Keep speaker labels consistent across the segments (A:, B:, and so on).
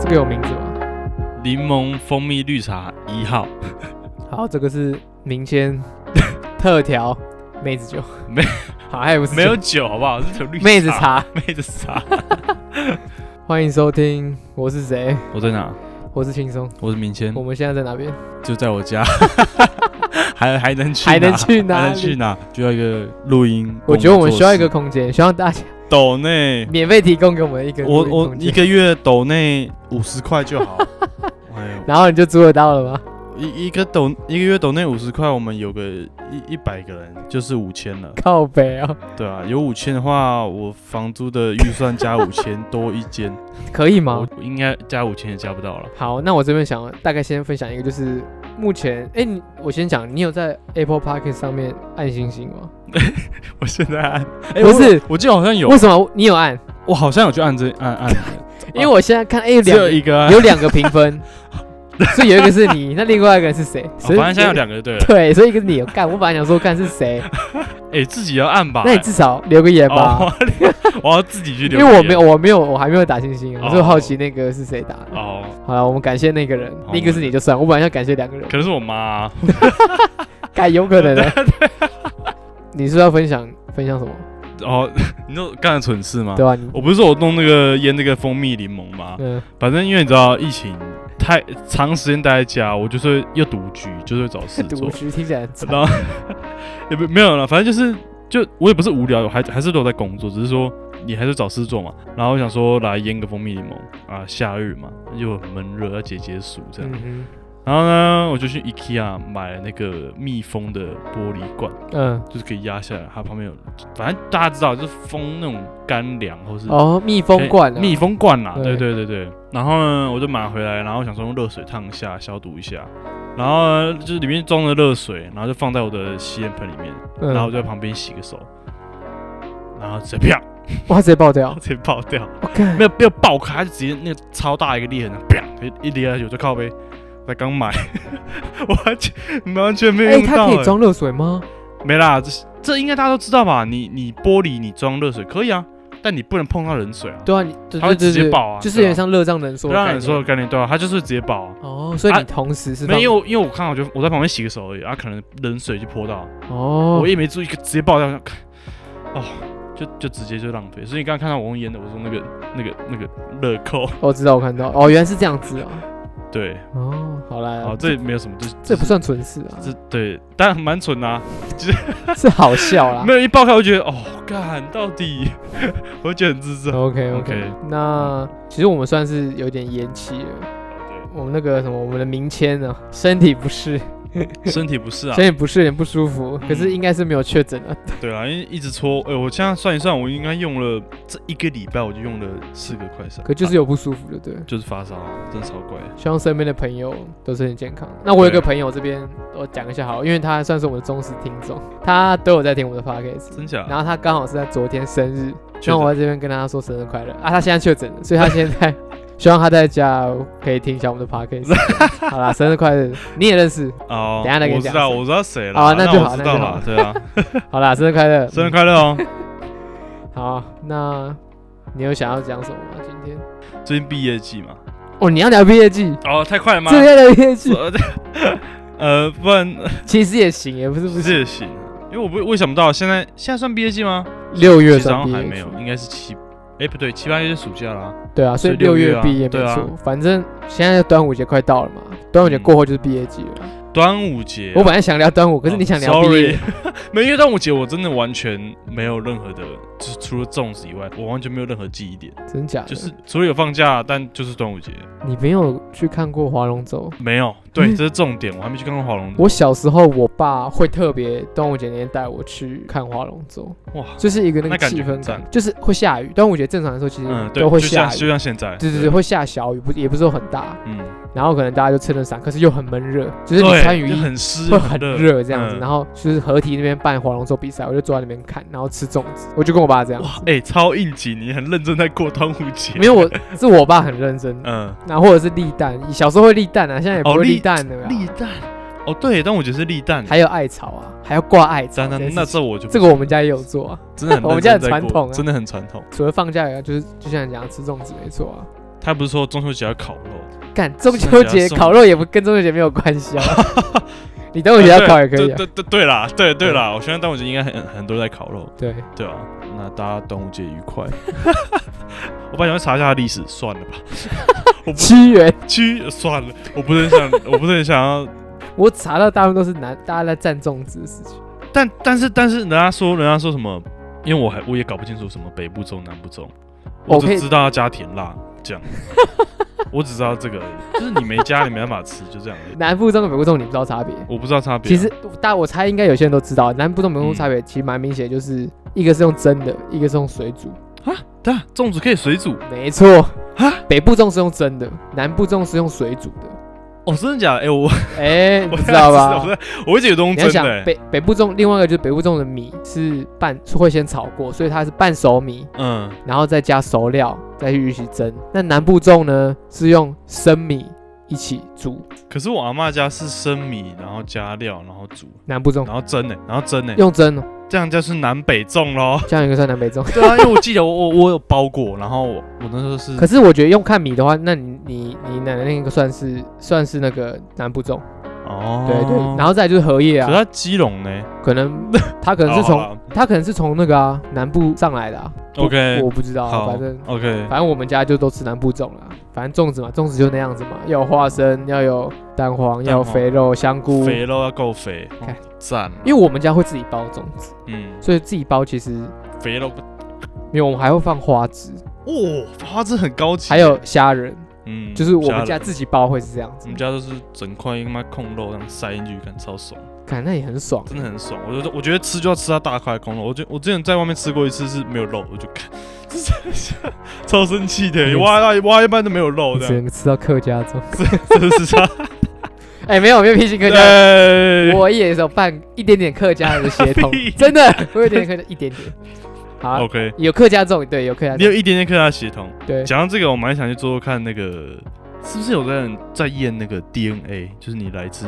A: 这有名字吗？
B: 柠檬蜂蜜绿茶 一号，
A: 好，这个是明 谦特调妹子酒，
B: 没
A: 好，还有不是
B: 没有
A: 酒
B: 酒啊好不好？是有绿
A: 妹子，茶。
B: 妹子茶。
A: 欢迎收听，我是谁？
B: 我在哪？
A: 我是轻松。
B: 我是明谦
A: 我，们现在在哪边？
B: 就在 我家，还还能去哪？
A: 还能去哪
B: 还能去哪？需要一个录音。
A: 我觉得我们需要一个
B: 工
A: 空间，希望 大家
B: 作室抖内，
A: 免费提供给我们一个
B: 我
A: 录音
B: 我
A: 空间
B: 一个月抖内五十块就 好。哎呦
A: 然后你就租得到了吗？
B: 一一个抖一个月抖内五十块，我们有个一一百个人就是五千了，
A: 靠北哦，
B: 对啊，有五千的话，我房租的预算加五 千多一间，
A: 可以吗
B: 我？我应该加五千也加不到了。
A: 好，那我这边想大概先分享一个，就是目前，哎、你我先讲，你有在 Apple Park 上面按星星吗？
B: 我现在按，哎
A: 不是
B: 我，我记得好像有
A: 为，什么你有 按？
B: 我好像有去按这按按，
A: 因为我现在看，哎、有
B: 只
A: 两
B: 有
A: 个
B: 一个 啊，
A: 有两个评分，所以有一个是你，那另外一个人是谁？
B: 哦
A: 所以
B: 反正现在有两个就对了。
A: 对，所以一个是你有干，我本来想说看是 谁，
B: 哎，自己要按吧，
A: 那你至少留个言吧，
B: 哦， 我我要自己去
A: 因
B: 留言，
A: 为我没有，我没有，我还没有打星星，我就
B: 哦
A: 好奇那个是谁打的。
B: 哦，
A: 好了，我们感谢那个人，
B: 好
A: 另一个是你就算，我本来要感谢两个人
B: 可，能是我妈啊，
A: 干有可 能的。 你是不是要分享分享什么？
B: 哦， 你说干的蠢事吗
A: 对？吧？你
B: 啊我啊不是说我弄那个腌那个蜂蜜柠檬吗？
A: 嗯，
B: 反正因为你知道疫情太长时间待在家，我就是会又独居，就是会找事
A: 赌
B: 做。
A: 局听起来很惨
B: 然后也不没有了，反正就是就我也不是无聊，我还还是都有在工作，只是说你还是找事做嘛。然后我想说来腌个蜂蜜柠檬啊，夏日嘛又很闷热，要解解暑这样。
A: 嗯
B: 然后呢，我就去 IKEA 买了那个密封的玻璃罐，
A: 哼，嗯，
B: 就是可以压下来，它旁边有，反正大家知道就是封那种干粮或是
A: 哦，蜜蜂罐啊，
B: 欸密封罐啦，
A: 对
B: 对对对对。然后呢，我就买回来，然后想说用热水烫一下，消毒一下。然后呢就是里面装了热水，然后就放在我的洗脸盆里面，
A: 嗯
B: 然后我就在旁边洗个手，然后直接啪，
A: 哇，直接爆掉，
B: 直接爆掉，
A: 我干
B: 没，有没有爆开，它就直接那个超大一个裂痕，啪，一裂下去，我就靠背，才刚买， 我完全完全没有
A: 哎，
B: 用
A: 它
B: 到、
A: 可以
B: 欸，
A: 装热水吗？
B: 没啦，这这应该大家都知道吧？你你玻璃你装热水可以啊，但你不能碰到冷水啊。
A: 对啊，你对
B: 它会
A: 对
B: 直
A: 对
B: 接
A: 对，
B: 爆啊，
A: 就是有
B: 对啊
A: 点像热胀冷缩的
B: 让
A: 概
B: 人说的
A: 念。
B: 概念，对啊，他就是直接爆、啊。
A: 哦，所以你
B: 啊
A: 同时是
B: 没
A: 放
B: 有，因为我看到我就我在旁边洗个手而已，啊，可能冷水就泼到，啊
A: 哦
B: 我，也没注意，直接爆掉，看哦，就就直接就浪费。所以你刚刚看到我用烟的，我说那个那个那个乐 扣，
A: 我知道，我看到，哦，原来是这样子啊。
B: 对，
A: 哦，好啦
B: 好，，这也没有什么，这
A: 这不算蠢事啊，
B: 这对，但蛮蠢的、啊，
A: 是好笑啦
B: 没。有一爆开，我就觉得哦，干到底， 我就觉得很啊 智障。
A: OK OK，
B: OK
A: 那其实我们算是有点延期了。我们那个什么，我们的明谦呢，身体不适，
B: 对身体不适啊
A: 身，体不适，有点不舒服，可是应该是没有确诊啊。
B: 对啊，因为一直搓，哎、我现在算一算，我应该用了这一个礼拜，我就用了四个快闪，
A: 可就是
B: 啊、
A: 有不舒服的，对。
B: 就是发烧啊，真的超怪。
A: 希望身边的朋友都身体健康。那我有一个
B: 对
A: 朋友这边，我讲一下好了，因为他算是我的忠实听众，他都有在听我的 podcast，
B: 真假？
A: 然后他刚好是在昨天生日，
B: 啊确
A: 那
B: 诊
A: 我在这边跟他说生日快乐啊！他现在确诊了，所以他现 在希望他在家可以听一下我们的 podcast。好啦，生日快乐！你也认识，
B: 哦，
A: 等一下再跟你
B: 我
A: 讲
B: 知道，我知道谁了。
A: 好啊那
B: 那
A: 就
B: 我
A: 好
B: 知
A: 那
B: 道
A: 就好
B: 了，对啊，
A: 好啦，生日快乐！
B: 生日快乐哦！
A: 好，那你有想要讲什么吗？今天
B: 最近毕业季嘛，
A: 哦，你要聊毕业季，
B: 哦，太快了吗？
A: 这边的毕业季
B: 我呃，不然
A: 其实也行，也不是不
B: 不
A: 是
B: 是也行，因为我不我想不到，现在现在算毕业季吗？
A: 六月
B: 其实
A: 算
B: 好
A: 毕
B: 像还
A: 业
B: 没
A: 季
B: 有，，应该是七，哎不对，七八月就暑假啦。
A: 对啊，所以
B: 所以
A: 六
B: 六
A: 月
B: 月啊
A: 毕业没
B: 对啊
A: 错，反正现在端午节快到了嘛，端午节
B: 嗯
A: 过后就是毕业季了。
B: 端午节，
A: 我本来想聊端午，可是你想聊
B: 哦
A: 毕业，
B: sorry 没有因为端午节，我真的完全没有任何的，就是除了粽子以外，我完全没有任何记忆点，
A: 真假的？
B: 就是除了有放假，但就是端午节
A: 你没有去看过划龙舟。
B: 没有。对，这是重点，我还没去看过划龙。
A: 嗯我小时候，我爸会特别端午节那天带我去看划龙舟，
B: 哇，
A: 就是一个那个
B: 那感觉
A: 气氛
B: 很
A: 感
B: 赞，
A: 就是会下雨。端午节正常来说，其实
B: 嗯，对，
A: 都会
B: 就像
A: 下
B: 就
A: 雨，
B: 像现在，
A: 对对对，，会下小雨，不也不是说很大，
B: 嗯，
A: 然后可能大家就撑着伞，可是又很闷热，就是你
B: 对，
A: 穿雨
B: 就
A: 衣
B: 很湿，
A: 会很热这样子，
B: 嗯
A: 然后就是合体那边办划龙舟比赛，我就坐在那边看，然后吃粽子，我就跟我爸这样，
B: 哇，哎，超应景，你很认真在过端午节，
A: 没有我是我爸很认真，
B: 嗯，
A: 然后或者是立蛋，小时候会立蛋啊，现在也不
B: 哦
A: 会
B: 立
A: 立蛋了、啊，
B: 立蛋，哦，对，端午节是立蛋，
A: 还有艾草啊，还要挂艾草
B: 那
A: 这
B: 那
A: 件事情，
B: 那这我就
A: 这个我们家也有做啊，
B: 真的 很
A: 我们
B: 认
A: 家很
B: 真在
A: 传
B: 过
A: 统啊
B: 真的很传统，
A: 除了放假以外，就是就像你讲的吃粽子没错啊，
B: 他不是说中秋节要烤肉，
A: 干中秋 节烤肉也不跟中秋节没有关系啊。 你端午节要烤也可以、啊。
B: 对对对对啦，对对啦，我相信端午节应该很很多人在烤肉，
A: 对，
B: 对啊，那大家端午节愉快。 我本来想查一下它历史，算了吧，
A: 屈原，
B: 去算了，我不是很想，我不是很想要，
A: 我查到大部分都是男，大家在占粽子的事情。
B: 但但是但是人家说人家说什么，因为我还我也搞不清楚什么北部粽南部粽，
A: 我
B: 我
A: 哦可以
B: 只知道要加甜辣酱， 我只知道这个而已，就是你没加你没办法吃，就这样而已。
A: 南部粽跟北部粽你不知道差别。
B: 我不知道差别啊、
A: 其实大我猜应该有些人都知道，南部粽北部粽差别其实蛮明显，就是一个是用蒸的，一个是用水 煮。
B: 啊，对啊，粽子可以水煮
A: 没错
B: 啊，
A: 北部粽是用蒸的，南部粽是用水煮的。
B: 哦，真的假的？哎、我
A: 哎、 你
B: 我
A: 知道
B: 我
A: 吧？
B: 在我一直以为都用
A: 你要
B: 蒸
A: 想
B: 的、欸，
A: 北北部粽，另外一个就是北部粽的米是半是会先炒过，所以它是半熟米，
B: 嗯，
A: 然后再加熟料，再去一起蒸。那南部粽呢是用生米一起煮，
B: 可是我阿妈家是生米，然后加料，然后煮，
A: 南部粽
B: 然后蒸呢、然后蒸呢、
A: 用蒸哦，
B: 这样就是南北粽 喽。
A: 这样一个算南北粽。
B: 对啊，因为我记得我我我有包过，然后我我那时候是
A: 可是我觉得用看米的话，那你你你奶奶那个算是算是那个南部粽，
B: 哦，
A: 对对。然后再来就是荷叶
B: 可是
A: 啊，
B: 它基隆呢？
A: 可能他可能是
B: 哦好
A: 从
B: 啦
A: 他可能是从那个啊南部上来的啊。我
B: OK
A: 我不知道啊，
B: 好
A: 反正
B: OK，
A: 反正我们家就都吃南部粽了啊，反正粽子嘛，粽子就那样子嘛，要有花生，要有蛋黄，要有肥肉、香菇。
B: 肥肉要够肥
A: 看，
B: 赞。啊
A: 因为我们家会自己包粽子，
B: 嗯，
A: 所以自己包其实
B: 肥肉
A: 没有，我们还会放花枝，
B: 哦，花枝很高级。
A: 还有虾仁，
B: 嗯，
A: 就是我们
B: 家
A: 家
B: 人
A: 自己包会是这样
B: 我
A: 子
B: 们。家都是整块他妈控肉，这样塞进去，感超爽，
A: 看那也很爽，
B: 真的很爽。我觉得我觉得吃就要吃它大块的控肉。我就我之前在外面吃过一次是没有肉，我就看，这是 超生气的，挖到挖一半都没有肉
A: 只
B: 这样，
A: 能吃到客家粽。
B: 真的是哎这样。
A: 哎，没有 没有批评 客家，
B: 对，
A: 我也有办一点点客家人的血统
B: 屁，
A: 真的，我有点客家一点点。好，
B: OK，
A: 有客家粽，对，有客家
B: 你有
A: 粽，
B: 一点点客家血统。
A: 对，
B: 讲到这个，我蛮想去做做看那个，是不是有个人在验那个 DNA，就是你来自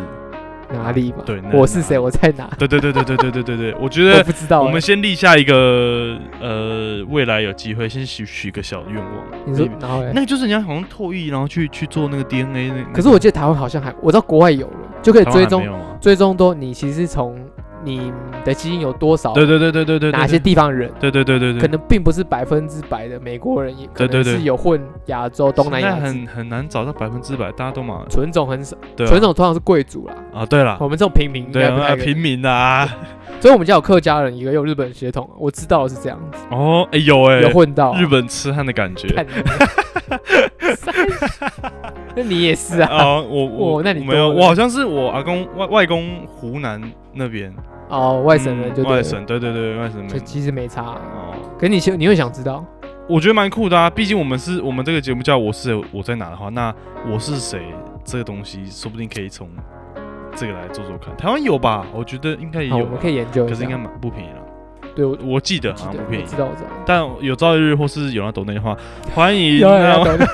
A: 哪里嘛？
B: 对那
A: 我是
B: 哪
A: 谁？
B: 里
A: 我在哪？
B: 对对对对对对对对对，我觉
A: 我
B: 得
A: 不知道欸。
B: 我们先立下一个呃，未来有机会先许许个小愿望。
A: 你说
B: Maybe
A: 然后嘞？
B: 那个就是人家好像唾液，然后去去做那个 DNA 那。
A: 可是我记得台湾好像还，我知道国外有了，就可以
B: 台湾还
A: 追踪
B: 没有吗？
A: 追踪多你其实是从你的基因有多少
B: 对对对对对对，对
A: 哪些？地方人，
B: 对对对对对，
A: 可能并不是百分之百的美国人，也可
B: 对
A: 能
B: 对对
A: 是有混亚洲、东南
B: 现在
A: 亚之，
B: 很很难找到百分之百，大家都嘛
A: 纯种很少，
B: 对啊
A: 纯种通常是贵族啦，
B: 啊，对了，
A: 我们这种平民应
B: 对
A: 该不
B: 啊，
A: 太可能
B: 平民啊，
A: 所以我们家有客家人，一个有日本血统，我知道的是这样子，
B: 哦，哎有哎，
A: 有混到啊
B: 日本痴汉的感觉。
A: 看你三小 那你也是啊，
B: 哦，我我
A: 哦那你
B: 没有，
A: 多了
B: 我好像是我阿公外外公湖南那边
A: 哦，外省人
B: 嗯
A: 就对了
B: 外，省，对对对外省
A: 就
B: 人。
A: 其实没差啊，
B: 哦，
A: 可你想你会想知道，
B: 我觉得蛮酷的啊，毕竟我们是我们这个节目叫我是我在哪的话，那我是谁这个东西，说不定可以从这个来做做看。台湾有吧？我觉得应该也
A: 好，我
B: 有
A: 们
B: 啊，
A: 可以研究一
B: 可是
A: 下
B: 应该。蛮不便宜了。
A: 对，我
B: 我记得
A: 记
B: 好像
A: 得，
B: 啊不
A: 我
B: 便宜
A: 知，道，我知道。
B: 但有朝一日或是有人要抖那的话，欢迎
A: 有有
B: 那
A: 有抖内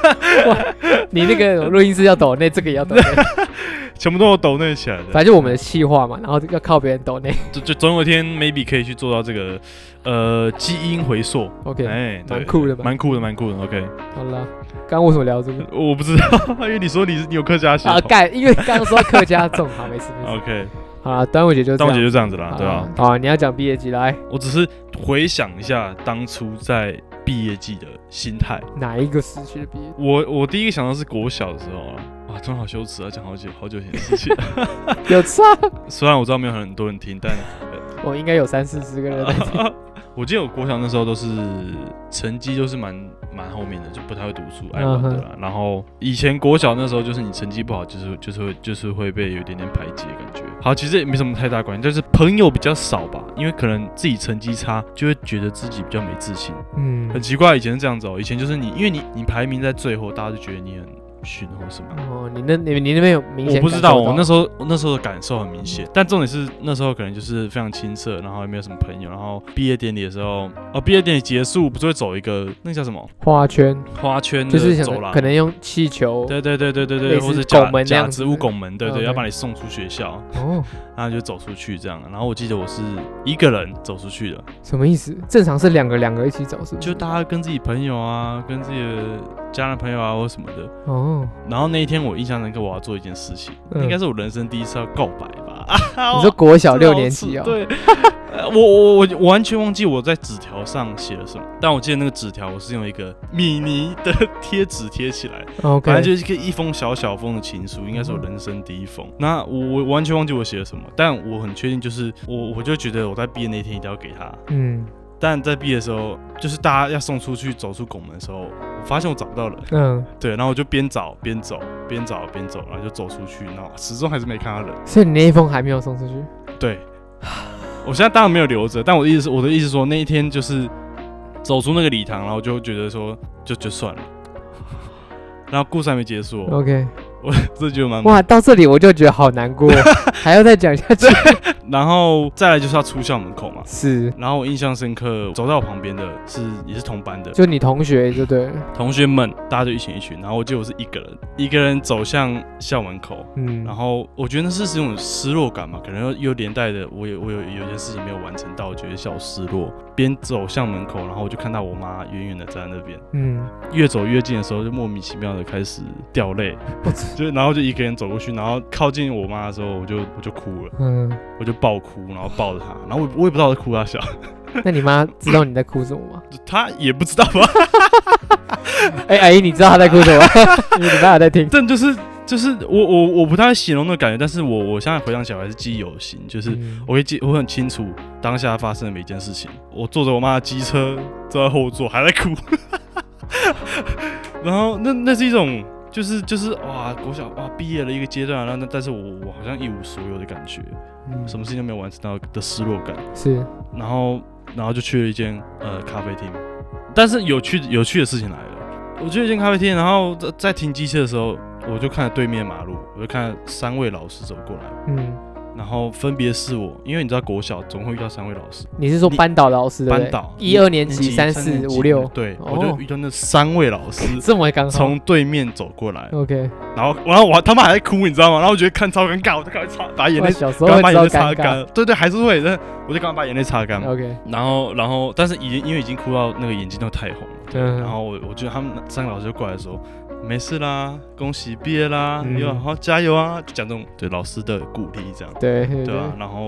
A: 哇，你那个录音师要抖内，这个也要抖内，
B: 全部都有抖那起来的。
A: 反正就我们的气话嘛，然后要靠别人抖 内。
B: 就就总有一天 maybe 可以去做到这个呃基因回溯，
A: OK，
B: 哎，对
A: 蛮酷的吧
B: 蛮酷的，蛮酷的。OK，
A: 好了，刚刚为什么聊这个？
B: 我不知道，因为你说你是你有客家血
A: 啊，
B: 统。
A: 干，因为刚刚说到客家粽，好，没事没事。
B: OK，
A: 好了，端午节就这
B: 端午节
A: 样。
B: 就这样子啦，对啊吧、
A: 好啦好，你要讲毕业季来，
B: 我只是回想一下当初在毕业季的心态。
A: 哪一个时期的毕业？
B: 我我第一个想到是国小的时候啊，哇，真的好羞耻啊，讲好久好久以前的事情。
A: 有差？
B: 虽然我知道没有很多人听，但
A: 我应该有三四十个人在
B: 呃
A: 听。
B: 我记得我国小那时候都是成绩就是蛮蛮后面的，就不太会读书，爱玩的啦。然后以前国小那时候就是你成绩不好，就是就是会就是会被有一点点排挤的感觉。好，其实也没什么太大关系，就是朋友比较少吧，因为可能自己成绩差，就会觉得自己比较没自信。
A: 嗯，
B: 很奇怪，以前是这样子哦、以前就是你因为你你排名在最后，大家就觉得你很逊或什么。
A: 哦，你那你你那边有明显？
B: 我不知道，我那时候我那时候的感受很明显，但重点是那时候可能就是非常青涩，然后也没有什么朋友，然后毕业典礼的时候，哦，毕业典礼结束不是会走一个那个叫什么
A: 画圈，
B: 花圈
A: 就
B: 的
A: 是想
B: 走廊，
A: 可能用气球。
B: 对对对对对对，
A: 类似
B: 或者假
A: 拱门那
B: 假
A: 样子嗯
B: 植物拱门，对对，
A: OK
B: 要把你送出学校，
A: 哦，
B: 然后就走出去这样。然后我记得我是一个人走出去的，
A: 什么意思？正常是两个两个一起走，是不是？
B: 就大家跟自己朋友啊，跟自己的家人朋友啊或什么的。
A: 哦，
B: 然后那一天我印象深刻，我要做一件事情，
A: 嗯
B: 应该是我人生第一次要告白吧。 啊
A: 你说国小
B: 我
A: 六年级哦，
B: 对，呃 我我我我完全忘记我在纸条上写了什么，但我记得那个纸条我是用一个米妮的贴纸贴起来，
A: ，OK，
B: 反正就是一个一封小小封的情书，应该是我人生第一封。那我我完全忘记我写了什么，但我很确定就是我我就觉得我在毕业那天一定要给他。
A: 嗯
B: 但在毕业的时候，就是大家要送出去走出拱门的时候，我发现我找不到人，
A: 嗯，
B: 对，然后我就边找边走，边找边走，然后就走出去，然后始终还是没看到人。
A: 所以你那一封还没有送出去，
B: 对，我现在当然没有留着，但我的意思是，我的意思是说那一天就是走出那个礼堂，然后就觉得说就就算了。然后故事还没结束、哦，
A: OK，
B: 我这就蛮
A: 哇，到这里我就觉得好难过， 还要再讲下去，
B: 然后再来就是要出校门口嘛。
A: 是，
B: 然后我印象深刻，走在我旁边的是也是同班的
A: 就你同学就对了，
B: 同学们，大家就一群一群。然后我记得我是一个人，一个人走向校门口。
A: 嗯
B: 然，后我觉得那是是一种失落感嘛，可能又又连带的我有我有有些事情没有完成到，我觉得小失落。边走向门口，然后我就看到我妈远远的站在那边，
A: 嗯，
B: 越走越近的时候，就莫名其妙的开始掉泪， 就然后就一个人走过去，然后靠近我妈的时候，我就我就哭了，
A: 嗯，
B: 我就爆哭，然后抱着她，然后我也我也不知道我在哭 她笑，
A: 那你妈知道你在哭什么 吗？
B: 她也不知道吧，
A: 哎、阿姨，你知道她在哭什么 吗？因为你妈有在听，
B: 但就是就是我我我不太形容那个感觉，但是我我现在回想起来我还是记忆犹新，就是
A: 嗯
B: 我会记，我很清楚当下发生的每一件事情。我坐着我妈的机车，坐在后座还在哭， 然后那那是一种就是就是哇，国小哇毕业了一个阶段，然后那但是我我好像一无所有的感觉，
A: 嗯
B: 什么事情都没有完成到的失落感。
A: 是，
B: 然后然后就去了一间呃咖啡厅，但是有趣有趣的事情来了，我去了一间咖啡厅，然后在在停机车的时候，我就看着对面马路，我就看三位老师走过来。
A: 嗯，
B: 然后分别是我，因为你知道国小总会遇到三位老师，
A: 你是说
B: 你
A: 班导老师对不
B: 班
A: 对？
B: 导
A: 一二年级三四
B: 年级
A: 五六
B: 对，
A: 哦
B: 我就遇到那三位老 师
A: 这么刚好
B: 从对面走过来，
A: OK，
B: 然后然后我他妈还在哭，你知道吗？然后我觉得看超尴尬，我就赶快擦把眼
A: 我
B: 泪，
A: 小时候
B: 赶快
A: 会
B: 把
A: 知
B: 眼
A: 道
B: 泪擦
A: 尴尬。哦
B: 干，对对，还是会，但我就赶快把眼泪擦干。
A: OK，
B: 然后然后但是已经因为已经哭到那个眼睛都太红了，对。
A: 嗯
B: 然后我我觉得他们三个老师就过来说。没事啦，恭喜毕业啦，
A: 嗯
B: 你要好好加油啊！就讲这种对老师的鼓励，这样。
A: 对对
B: 对啊
A: 对，
B: 然后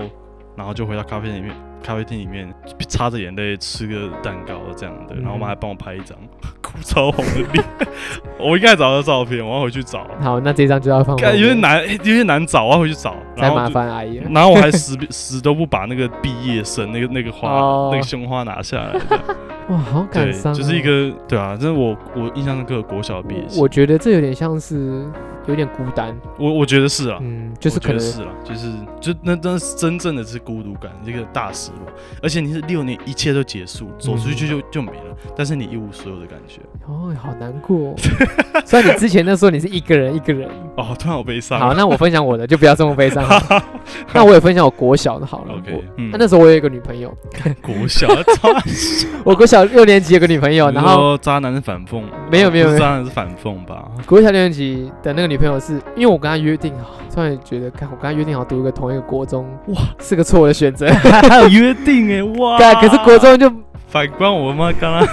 B: 然后就回到咖啡店里面，咖啡店里面擦着眼泪吃个蛋糕这样的，
A: 嗯
B: 然后我妈还帮我拍一张 哭超红的脸， 我应该找到照片，我要回去找，
A: 好，那这张就要放后
B: 看
A: 面，
B: 有点难，欸有点难找，我要回去找，
A: 再
B: 然后
A: 麻
B: 我就。嗯
A: 烦阿姨了。
B: 然后我还死死都不把那个毕业生那个那个花、
A: 哦
B: 那个胸花拿下来，这样
A: 哇，好
B: 对
A: 感，伤哦，
B: 就是一个对啊，这是我我印象深刻的国小的毕业
A: 我，
B: 生，
A: 我觉得这有点像是有点孤单，
B: 我我觉得是啊，
A: 嗯，就是
B: 我
A: 可
B: 觉得
A: 能
B: 是啦，就是就那真的是真正的是孤独感，一个大失落。而且你是六年一切都结束，走出
A: 嗯
B: 去就就没了，但是你一无所有的感觉。
A: 哦，好难过 哦。虽然你之前那时候你是一个人一个人，
B: 哦，突然好悲伤。
A: 好，那我分享我的，就不要这么悲伤 了。那我也分享我国小的好了。我
B: OK，嗯
A: 那，那时候我有一个女朋友，
B: 国小渣，
A: 我国小六年级有个女朋友，然后
B: 你说渣男是反讽，
A: 没有没有
B: 不
A: 没有
B: 是渣男是反讽吧？
A: 国小六年级的那个女朋友是因为我跟她约定好，突然觉得，看我跟她约定好读一个同一个国中，
B: 哇，
A: 是个错误的选择。
B: 还有约定哎，哇！
A: 对啊，可是国，中就，
B: 反观我妈刚刚，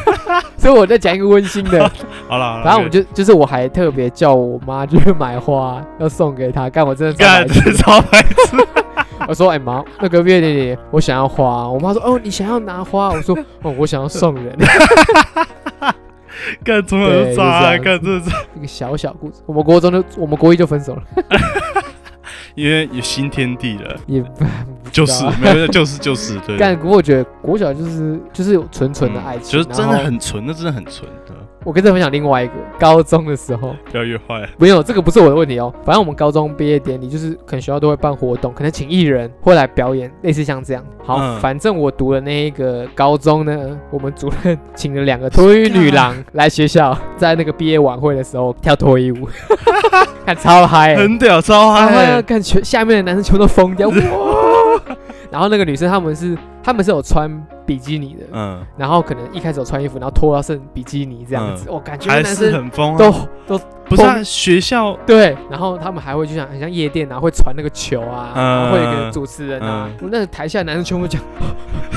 A: 所以我在讲一个温馨 的，
B: 好了，好啦
A: 然后我们就就是我还特别叫我妈去买花，要送给她。干，我真的超
B: 干
A: 白痴
B: 超白痴，
A: 我说：“哎、妈，那个月弟弟，我想要花。”我妈说：“哦，你想要拿花？”我 说：“哦，我想要送人。
B: 干怎么有
A: 对
B: 渣，啊
A: 就这样
B: 干这是”
A: 一个小小故事。我们国中就我们国一就分手 了，
B: 因为有新天地了，
A: 也不
B: 就是没有就是就是对。
A: 啊干。不过我觉得国小就是就是有纯纯的爱情，
B: 嗯就是真
A: 然
B: 的
A: 后
B: 很纯，那真的很纯啊的，
A: 我跟大家分享另外一个，高中的时候
B: 不要越坏。
A: 没有，这个不是我的问题哦。反正我们高中毕业典礼就是可能学校都会办活动，可能请艺人会来表演，类似像这样。好，
B: 嗯
A: 反正我读的那一个高中呢，我们主任请了两个脱衣女郎来学校，在那个毕业晚会的时候跳脱衣舞， 看超嗨、欸。
B: 很屌，超
A: 然后
B: 嗨、
A: 看全下面的男生全部都疯 掉，哇！然后那个女生她们是她们是有穿比基尼的，
B: 嗯，
A: 然后可能一开始有穿衣服，然后脱到剩比基尼这样子，我、感觉
B: 嗯还
A: 男
B: 是
A: 生
B: 很疯、啊，
A: 都都
B: 不是、啊、学校，
A: 对，然后他们还会就像很像夜店啊，会传那个球啊，
B: 嗯
A: 然后会有一个主持人啊
B: 嗯，
A: 我那台下男生全部讲，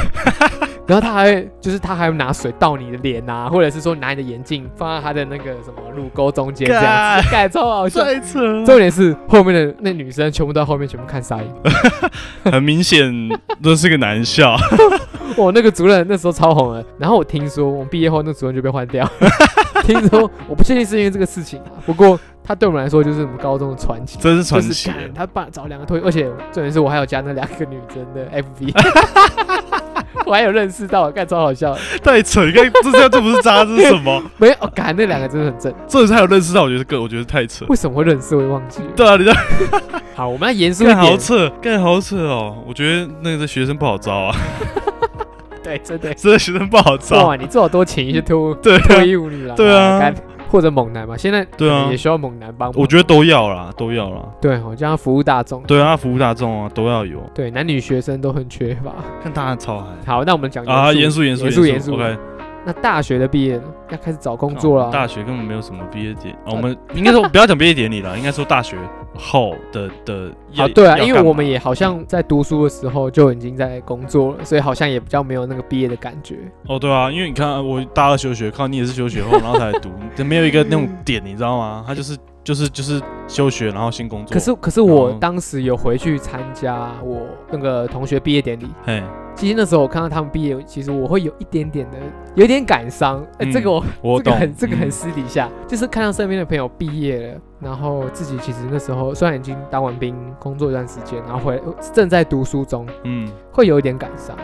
A: 然后他还会就是他还会拿水倒你的脸啊，或者是说拿你的眼镜放在他的那个什么乳沟中间这样子，干超好笑。
B: 再扯，
A: 重点是后面的那女生全部都在后面全部看傻 眼。
B: 很明显这是个 男校，
A: 我那个主任那时候超红的，然后我听说我们毕业后那主任就被换 掉，听说我不确定是因为这个事情啊，不过他对我们来说就是我们高中的传奇。
B: 真是传
A: 就是
B: 奇。
A: 干他爸找两个推，而且重点是我还有加那两个女生的 FB，我还有认识到，干超好笑的。
B: 太扯，你看这这这不是渣，这是什 么？
A: 没有，哦干、那两个真的很正，
B: 这才有认识到，我觉得个我觉得太扯。
A: 为什么会认识我也忘记了。
B: 对啊，你这
A: 好，我们要严肃一
B: 干好
A: 点，
B: 扯，干好扯哦！我觉得那个学生不好招啊，
A: 对，真的。
B: 这个学生不好招。
A: 哇，你最好多请一些脱
B: 对啊
A: 脱衣舞女郎，
B: 对啊
A: 干或者猛男嘛，现在
B: 对啊
A: 可能也需要猛男帮忙。
B: 我觉得都要啦，都要啦。
A: 对，我这样服务大众。
B: 对啊，服务大众啊，都要有。
A: 对，男女学生都很缺乏。
B: 看大家超嗨
A: 好，那我们讲
B: 啊！严肃严肃
A: 严肃
B: 严
A: 严肃
B: 肃。。OK，
A: 那大学的毕业呢，要开始找工作啊呃了。
B: 哦大学根本没有什么毕业典，哦我们应该说不要讲毕业典礼 啦，应该说大学后的的要
A: 啊，对啊，
B: 要
A: 因为
B: 干嘛
A: 我们也好像在读书的时候就已经在工作了，所以好像也比较没有那个毕业的感觉。
B: 哦对啊，因为你看啊我大二休学，靠你也是休学后，哦然后才来读，就没有一个那种点，你知道吗？他就是就是就是休学，然后先工作。
A: 可是，可是我
B: 嗯
A: 当时有回去参加我那个同学毕业典礼，
B: 嘿，
A: 其实那时候我看到他们毕业，其实我会有一点点的，有点感伤。哎、
B: 嗯
A: 这个我
B: 我
A: 这
B: 懂
A: 个，很这个很
B: 嗯
A: 私底下，就是看到身边的朋友毕业了，然后自己其实那时候虽然已经当完兵工作一段时间，然后回呃正在读书中，
B: 嗯，
A: 会有一点感伤。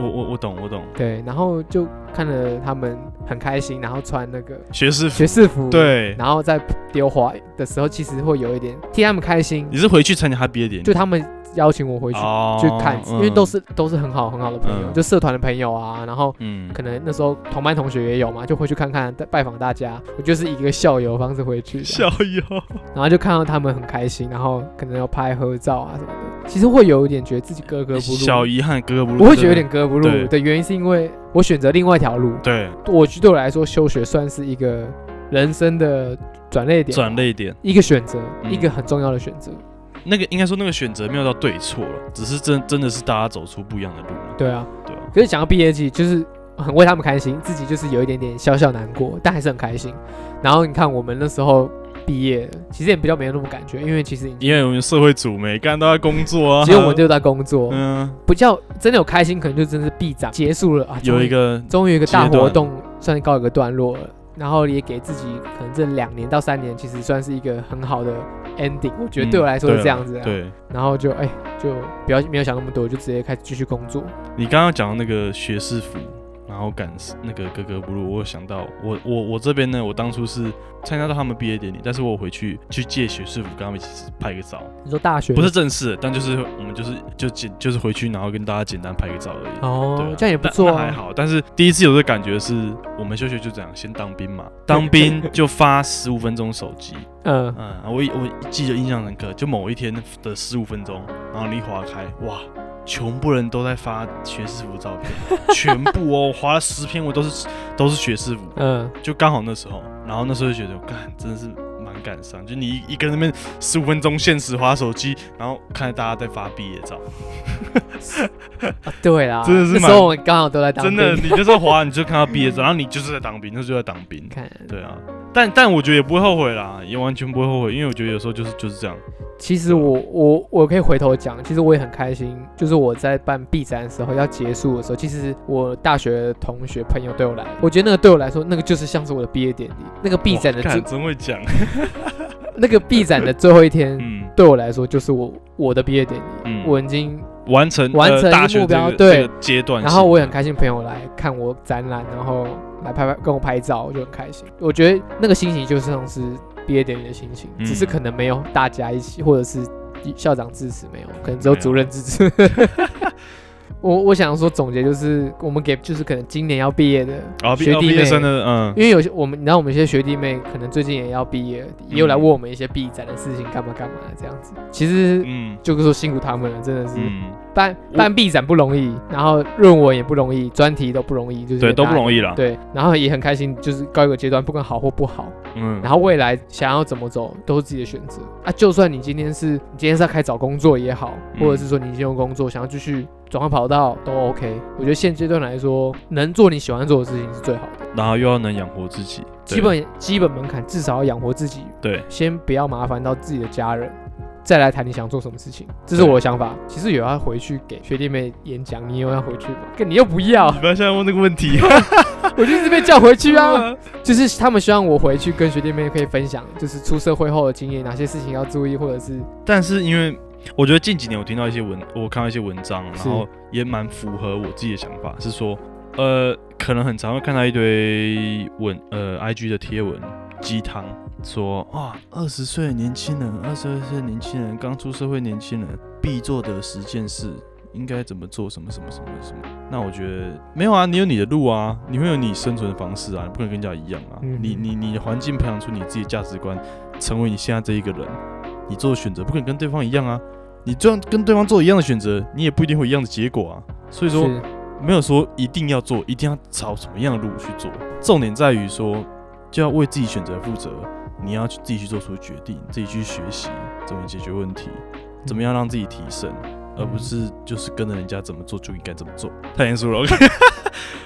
B: 我我我懂我懂，
A: 对，然后就看了他们很开心，然后穿那个
B: 学士服
A: 学士服，，
B: 对，
A: 然后在丢花的时候，其实会有一点替他们开心，
B: 你是回去参加他毕业典礼，
A: 就他们邀请我回去。
B: 哦
A: 去看，因为都
B: 是
A: 是都是很好很好的朋友，
B: 嗯
A: 就社团的朋友啊，然后
B: 嗯
A: 可能那时候同班同学也有嘛，就回去看看，拜访大家。我就是以一个校友的方式回去，
B: 校友，
A: 然后就看到他们很开心，然后可能要拍合照啊什么的。其实会有一点觉得自己格格不
B: 小
A: 入，
B: 遗憾，格格不入，
A: 我会觉得有
B: 真
A: 点
B: 的
A: 格格不入
B: 对
A: 的原因是因为我选择另外一条路。
B: 对
A: 我对我来说，休学算是一个人生的转捩点，
B: 转泪点。
A: 一个选择，
B: 嗯
A: 一个很重要的选择。
B: 那个应该说那个选择没有到对错了，只是真真的是大家走出不一样的路了。
A: 对啊，
B: 对啊，
A: 可是讲到毕业季，就是很为他们开心，自己就是有一点点小小难过，但还是很开心。然后你看我们那时候毕业，其实也比较没有那么感觉，因为其实已经
B: 因为我们社会组每个人都在工作啊，
A: 其实我们就在工作，
B: 嗯
A: 比较真的有开心，可能就真的是毕展结束了啊，终于
B: 有一个
A: 终于有一个大
B: 阶段
A: 活动算是告一个段落了。然后也给自己可能这两年到三年，其实算是一个很好的 ending。我觉得对我来说是这样子、啊。
B: 对
A: 然后就哎、就不要没有想那么多，就直接开始继续工作。
B: 你刚刚讲的那个学士服，然后感那个格格不入，我有想到我我我这边呢，我当初是参加到他们毕业典礼，但是我有回去去借学士服跟他们一起拍个照，
A: 你说大学
B: 不是正式的，但就是我们就是就简就是回去，然后跟大家简单拍个照而已。对
A: 哦
B: 啊，
A: 这样也不
B: 但
A: 错
B: 那
A: 啊。
B: 还好。但是第一次有的感觉是，我们休学就这样，先当 兵嘛，当兵就发十五分钟手机，
A: 嗯，
B: 嗯，我我记得印象深刻，就某一天的十五分钟，然后你一划开，哇，全部人都在发学士服照 片，全部哦，划了十篇我都是都是学士服，
A: 嗯，
B: 就刚好那时候，然后那时候就觉得，干，真的是蛮感伤，就你一一个人那边十五分钟限时划手机，然后看着大家在发毕业照，
A: 啊对啦，
B: 真的是
A: 那
B: 蛮
A: 时候我们刚好都在当
B: 真
A: 兵嗯
B: 的，你就在划，你就看到毕业照，然后你就是在当兵，那时候就在当兵，
A: 看，
B: 对啊。但但我觉得也不会后悔啦，也完全不会后悔，因为我觉得有时候就是就是这样，
A: 其实我我我可以回头讲，其实我也很开心，就是我在办 B 展的时候要结束的时候，其实我大学的同学朋友对我来，我觉得那个对我来说，那个就是像是我的毕业典礼，那个 B 展的
B: 哇干
A: 最
B: 真会讲，
A: 那个 B 展的最后一天，
B: 嗯，
A: 对我来说就是我我的毕业典礼，
B: 嗯
A: 我已经，
B: 完成
A: 完成
B: 呃大学
A: 目标
B: 这个
A: 对
B: 这个阶段性，
A: 然后我也很开心，朋友来看我展览，然后来拍拍跟我拍照，我就很开心。我觉得那个心情就是像是毕业典礼的心情，
B: 嗯
A: 只是可能没有大家一起，或者是校长支持没有，可能只有
B: 没有
A: 主任支持。 我我想说总结就是，我们给就是可能今年要毕业的
B: 啊毕
A: 学
B: 啊
A: 弟
B: 毕业生
A: 妹。
B: 的嗯
A: 因为有些我们，你知道我们一些学弟妹可能最近也要毕业，也有来
B: 嗯
A: 问我们一些毕展的事情，干嘛干嘛这样子。其实
B: 嗯
A: 就是说辛苦他们了，真的是
B: 嗯，
A: 办
B: 我
A: 办 B 展不容易，然后论文也不容易，专题都不容易，就是
B: 对，都不容
A: 易。
B: 易啊啦。
A: 对，然后也很开心，就是高一个阶段，不管好或不好，
B: 嗯，
A: 然后未来想要怎么走都是自己的选择啊。就算你今天是你今天是要开始找工作也好，
B: 嗯
A: 或者是说你已经有工作想要继续转换跑道都 OK。我觉得现阶段来说，能做你喜欢做的事情是最好的。
B: 然后又要能养活自己，对
A: 基本基本门槛至少要养活自己，
B: 对，
A: 先不要麻烦到自己的家人，再来谈你想做什么事情。这是我的想法。其实有要回去给学弟妹演讲，你有要回去吗？跟你又不要
B: 你，不要现在问这个问题，
A: 我就一直被叫回去 啊。就是他们希望我回去跟学弟妹可以分享，就是出社会后的经验，哪些事情要注意，或者是
B: 但是因为我觉得近几年我听到一些文，我看到一些文章，然
A: 是
B: 后也蛮符合我自己的想法，是说，呃，可能很常会看到一堆文，呃，IG 的贴文鸡汤，说啊，二十岁的年轻人，二十二岁的年轻人，刚出社会年轻人必做的十件事。应该怎么做？什么什么什么什么？那我觉得没有啊，你有你的路啊，你会有你生存的方式啊，你不可能跟人家一样啊。
A: 嗯
B: 你你你的环境培养出你自己的价值观，成为你现在这一个人，你做的选择不可能跟对方一样啊。你这样跟对方做一样的选择，你也不一定会有一样的结果啊。所以说，
A: 是
B: 没有说一定要做，一定要朝什么样的路去做。重点在于说，就要为自己选择负责，你要去自己去做出决定，自己去学习怎么解决问题，怎么样让自己提升，
A: 嗯
B: 而不是就是跟着人家怎么做就应该怎么做。太严肃了，OK。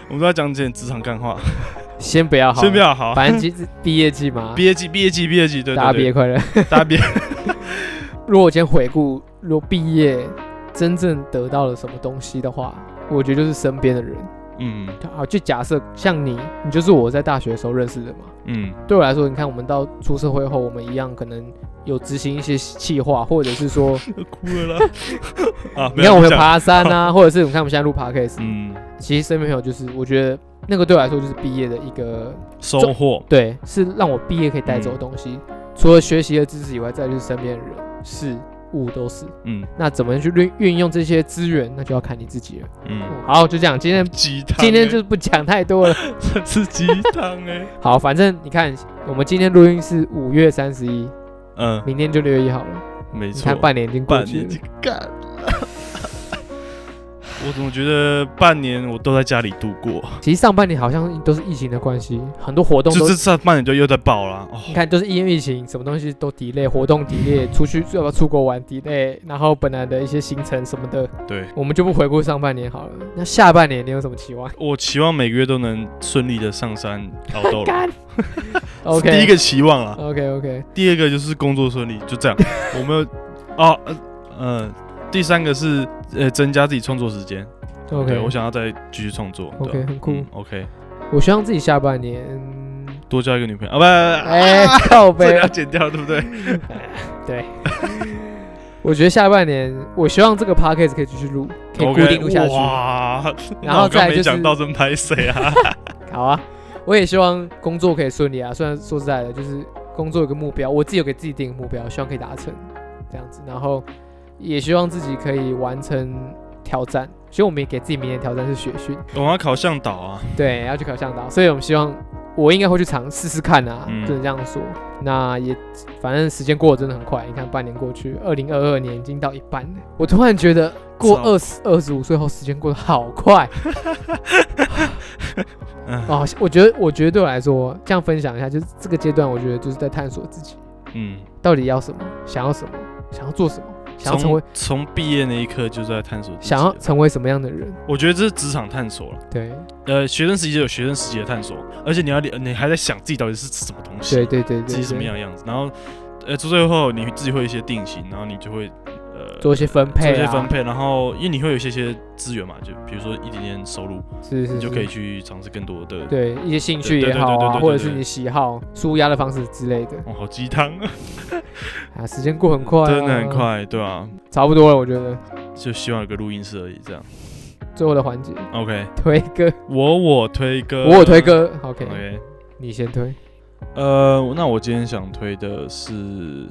B: 我们都要讲点职场干话，
A: 先不要好，
B: 先不，要好，
A: 反正就是毕业季嘛，
B: 毕业季，毕业季，毕业季，对
A: 大家
B: 对
A: 毕业
B: 对，
A: 快乐。
B: 大家 毕业，
A: 如果我今天回顾，如果毕业真正得到了什么东西的话，我觉得就是身边的人。
B: 嗯
A: 好，就假设像你，你就是我在大学的时候认识的嘛。
B: 嗯，
A: 对我来说，你看我们到出社会后，我们一样可能有执行一些计划，或者是 说，
B: 要哭了 啦啊！
A: 你看我
B: 没有
A: 们
B: 不讲
A: 爬山啊，或者是你看我们现在录 podcast，、
B: 嗯，
A: 其实身边朋友就是，我觉得那个对我来说就是毕业的一个
B: 收获，
A: 对，是让我毕业可以带走
B: 嗯
A: 的东西。除了学习的知识以外，再就是身边的人、事物都是。
B: 嗯
A: 那怎么样去运运用这些资源，那就要看你自己了。
B: 嗯，
A: 好，就这样，今天
B: 鸡汤欸，
A: 今天就不讲太多了。
B: 这 是鸡汤哎，
A: 好，反正你看，我们今天录音是五月三十一，
B: 嗯，
A: 明天就六月一号了。
B: 没
A: 你
B: 错
A: 看，，半年已经过
B: 半
A: 去
B: 年
A: 了
B: 就。干了。 我怎么觉得半年我都在家里度过，
A: 其实上半年好像都是疫情的关系，很多活动
B: 就
A: 都
B: 这上半年就又在爆啦。哦，
A: 你看，都是因为疫情，什么东西都 delay，活动 delay，出去要不要出国玩 delay，然后本来的一些行程什么的，
B: 对
A: 我们就不回顾上半年好了。那下半年你有什么期望？
B: 我期望每个月都能顺利的上山熬豆了
A: 干。
B: 是第一
A: ，OK
B: 个期望啦，
A: OK OK，
B: 第二个就是工作顺利，就 这样。我没有，哦，呃嗯，第三个是呃增加自己创作时间。
A: OK
B: 对我想要再继续创作。对
A: OK，
B: 吧
A: 很酷
B: 嗯 OK，
A: 我希望自己下半年，
B: 多交一个女朋友啊，不不不不，
A: 哎、靠
B: 这个
A: 背
B: 要，剪掉，对不对？
A: 对。我觉得下半年，我希望这个 podcast 可以继续录，可以固定录下去。
B: 哇，
A: 然
B: 那
A: 后
B: 我刚
A: 再来
B: 没
A: 就是
B: 讲到真拍谁啊？
A: 好啊，我也希望工作可以顺利啊。虽然说实在的，就是工作有个目标，我自己有给自己定个目标，希望可以达成这样子。然后也希望自己可以完成挑战。所以我们也给自己明年挑战是学 训，
B: 我要考向导啊，
A: 对，要去考向导。所以我们希望我应该会去尝试试看啊，
B: 嗯
A: 只能这样说。那也反正时间过得真的很快，你看半年过去，二零二二年已经到一半了。我突然觉得过
B: 操
A: 二十二十五岁后，时间过得好快。
B: 嗯
A: 哦，我觉得，我觉得对我来说，这样分享一下，就是这个阶段，我觉得就是在探索自己
B: 嗯，
A: 到底要什么，想要什么，想要做什么，想要成为
B: 从从毕业那一刻就在探索自己
A: 想要
B: 了，
A: 成为什么样的人。
B: 我觉得这是职场探索了。
A: 对，
B: 呃，学生时期有学生时期的探索，而且你要你还在想自己到底是什么东西
A: 对，对对对，
B: 自己什么
A: 对
B: 样的样子，然后呃，出最后你自己会有一些定型，然后你就会呃
A: 做一些分
B: 做
A: 配
B: 一些
A: 啊，
B: 分配，然后因为你会有一些些资源嘛，就比如说一点点收入，
A: 是是是
B: 你就可以去尝试更多的。
A: 对一些兴趣 也
B: 对对啊对
A: 好
B: 对对
A: 啊，
B: 对
A: 或者
B: 对
A: 是你喜好、舒压的方式之类的
B: 哦，好鸡汤，
A: 啊。时间过很快，
B: 真的很，快，对啊，
A: 差不多了，我觉得
B: 就希望有个录音室而已，这样。
A: 最后的环节
B: OK，
A: 推歌，
B: 我我推歌，
A: 我有推。歌，OK，
B: OK，
A: 你先推。
B: 呃，那我今天想推的是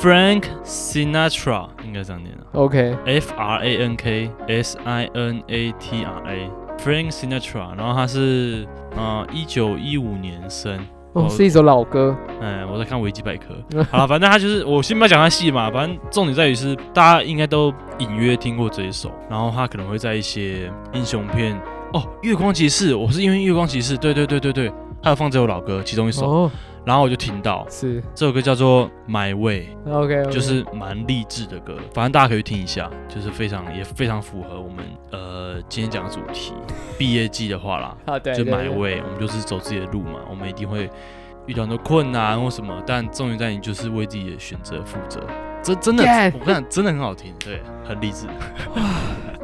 B: Frank Sinatra，应该这样念啊
A: OK，
B: ，F R A N K S I N A T R A，Frank Sinatra，然后他是呃一九一五年生，
A: 哦，
B: 哦
A: 是一首老歌，
B: 嗯，我在看维基百科。 好啦，反正他就是我先不要讲他戏嘛，反正重点在于是大家应该都隐约听过这一首，然后他可能会在一些英雄片哦，《月光骑士》，我是因为《月光骑士》，对对对对对，他有放这首老歌其中一首，
A: 哦，
B: 然后我就听到
A: 是
B: 这首歌叫做《My Way》，
A: OK，
B: 就是蛮励志的歌，反正大家可以去听一下，就是非常也非常符合我们呃今天讲的主题，毕业季的话啦，
A: 啊，对，
B: 就
A: 对
B: 买
A: 对
B: 位，我们就是走自己的路嘛，我们一定会遇到很多困难或什么，但重点在你就是为自己的选择负责。真真的
A: Yes，
B: 我跟你讲，真的很好听，对，很励志。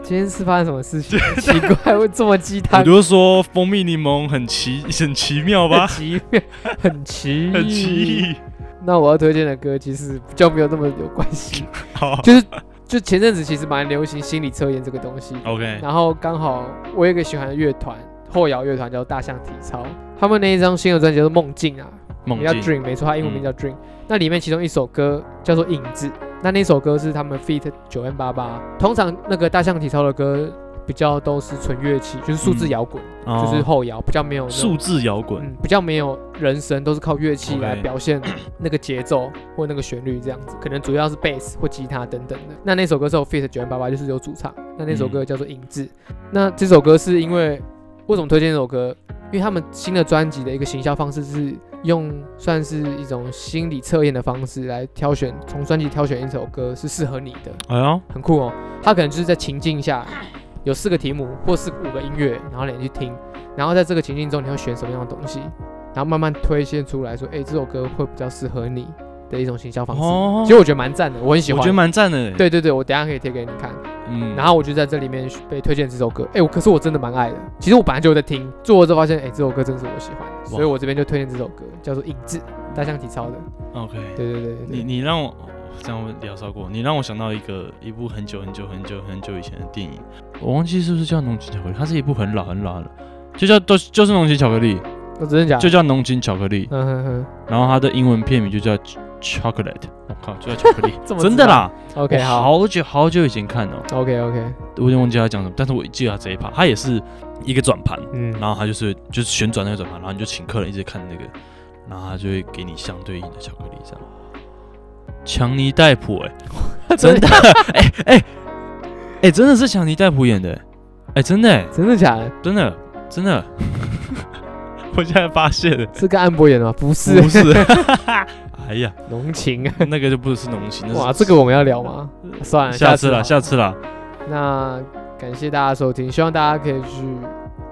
A: 今天是发生什么事 情？奇怪，会这么鸡
B: 我
A: 汤，
B: 就说蜂蜜柠檬很奇很奇妙吧
A: 很，奇妙，很奇，
B: 很奇。异。
A: 那我要推荐的歌其实比较没有那么有关系，
B: 好
A: 就是就前阵子其实蛮流行心理测验这个东西，
B: ，OK，
A: 然后刚好我有一个喜欢的乐团，后摇乐团叫大象体操，他们那一张新的专辑叫做《梦境》啊，
B: 梦
A: 叫
B: 境嗯
A: Dream，没错，它英文名叫 Dream。那里面其中一首歌叫做《影子》，那那首歌是他们 feat 九 N 八八。通常那个大象体操的歌比较都是纯乐器，就是数字
B: 嗯
A: 摇滚，
B: 哦
A: 就是后摇，比较没有那种
B: 数字摇滚。
A: 嗯，比较没有人声，都是靠乐器
B: OK
A: 来表 现那个节奏或那个旋律这样子，可能主要是贝斯或吉他等等的。那那首歌是有 Fit 九零八八，就是有主唱。那那首
B: 嗯
A: 歌叫做《影子》。那这首歌是因为为什么推荐这首歌？因为他们新的专辑的一个行销方式是用算是一种心理测验的方式来挑选，从专辑挑选一首歌是适合你的，
B: 哎呦，
A: 很酷哦。他可能就是在情境下有四个题目或是五个音乐，然后你去听，然后在这个情境中你要选什么样的东西，然后慢慢推现出来说，哎，这首歌会比较适合你的一种行销方式。
B: 哦
A: 其，实我觉得蛮赞的，我很喜
B: 我
A: 欢。
B: 觉得蛮赞的。，
A: 对对对，我等一下可以贴给你看。
B: 嗯，
A: 然后我就在这里面被推荐这首歌，哎，我可是我真的蛮爱的。其实我本来就有在听，做了之后发现，哎，这首歌真是我喜欢的，所以我这边就推荐这首歌，叫做《影子》，大象体操的。
B: OK，
A: 对对对对
B: 你
A: 对，
B: 你让我这样我聊超过，你让我想到一个一部很久很久很久很久以前的电影，我忘记是不是叫《浓情巧克力》，它是一部很老很老的，就叫都就是《浓情巧克力》，
A: 我哦真的假
B: 就
A: 的？
B: 叫《浓情巧克力》，
A: 嗯哼哼
B: 然后它的英文片名就叫 Ch- Chocolate，我靠，就叫巧 克力
A: 这，么
B: 真的啦
A: ，OK
B: 我
A: 好
B: 好久好久以前看哦，
A: ，OK OK，
B: 我有点忘记他讲什么，但是我记得他这一趴，他也是一个转盘，
A: 嗯，
B: 然后他就是就是旋转那个转盘，然后你就请客人一直看那个，然后他就会给你相对应的巧克力这样。强尼戴普、欸， 真的，哎哎哎，真的是强尼戴普演的、欸，哎、真的、欸，
A: 真的假的？
B: 真的，真的， 我现在发现了，
A: 是跟安博演的吗？不是，
B: 不是， 哎呀，
A: 浓情啊！
B: 那个就不是浓情，那是
A: 哇，这个我们要聊吗？算了，
B: 下
A: 次
B: 次
A: 啊
B: 啦，
A: 了，
B: 下次啦，
A: 那感谢大家收听，希望大家可以去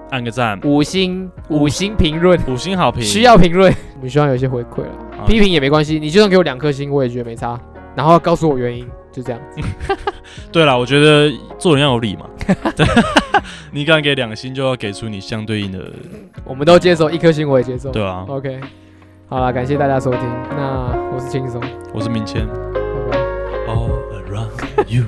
B: 按个赞，
A: 五星五星评论，
B: 五星好评，
A: 需要评论，我们希望有一些回馈了，
B: 啊
A: 批评也没关系，你就算给我两颗星，我也觉得没差，然后告诉我原因，就这样。
B: 对啦，我觉得做人要有理嘛。 对，你敢给两星，就要给出你相对应的，
A: 我们都接受，一颗星我也接受。
B: 对啊。
A: OK，好了，感谢大家收听，那我是轻松，
B: 我是明谦
A: 拜拜。
B: ，All around you。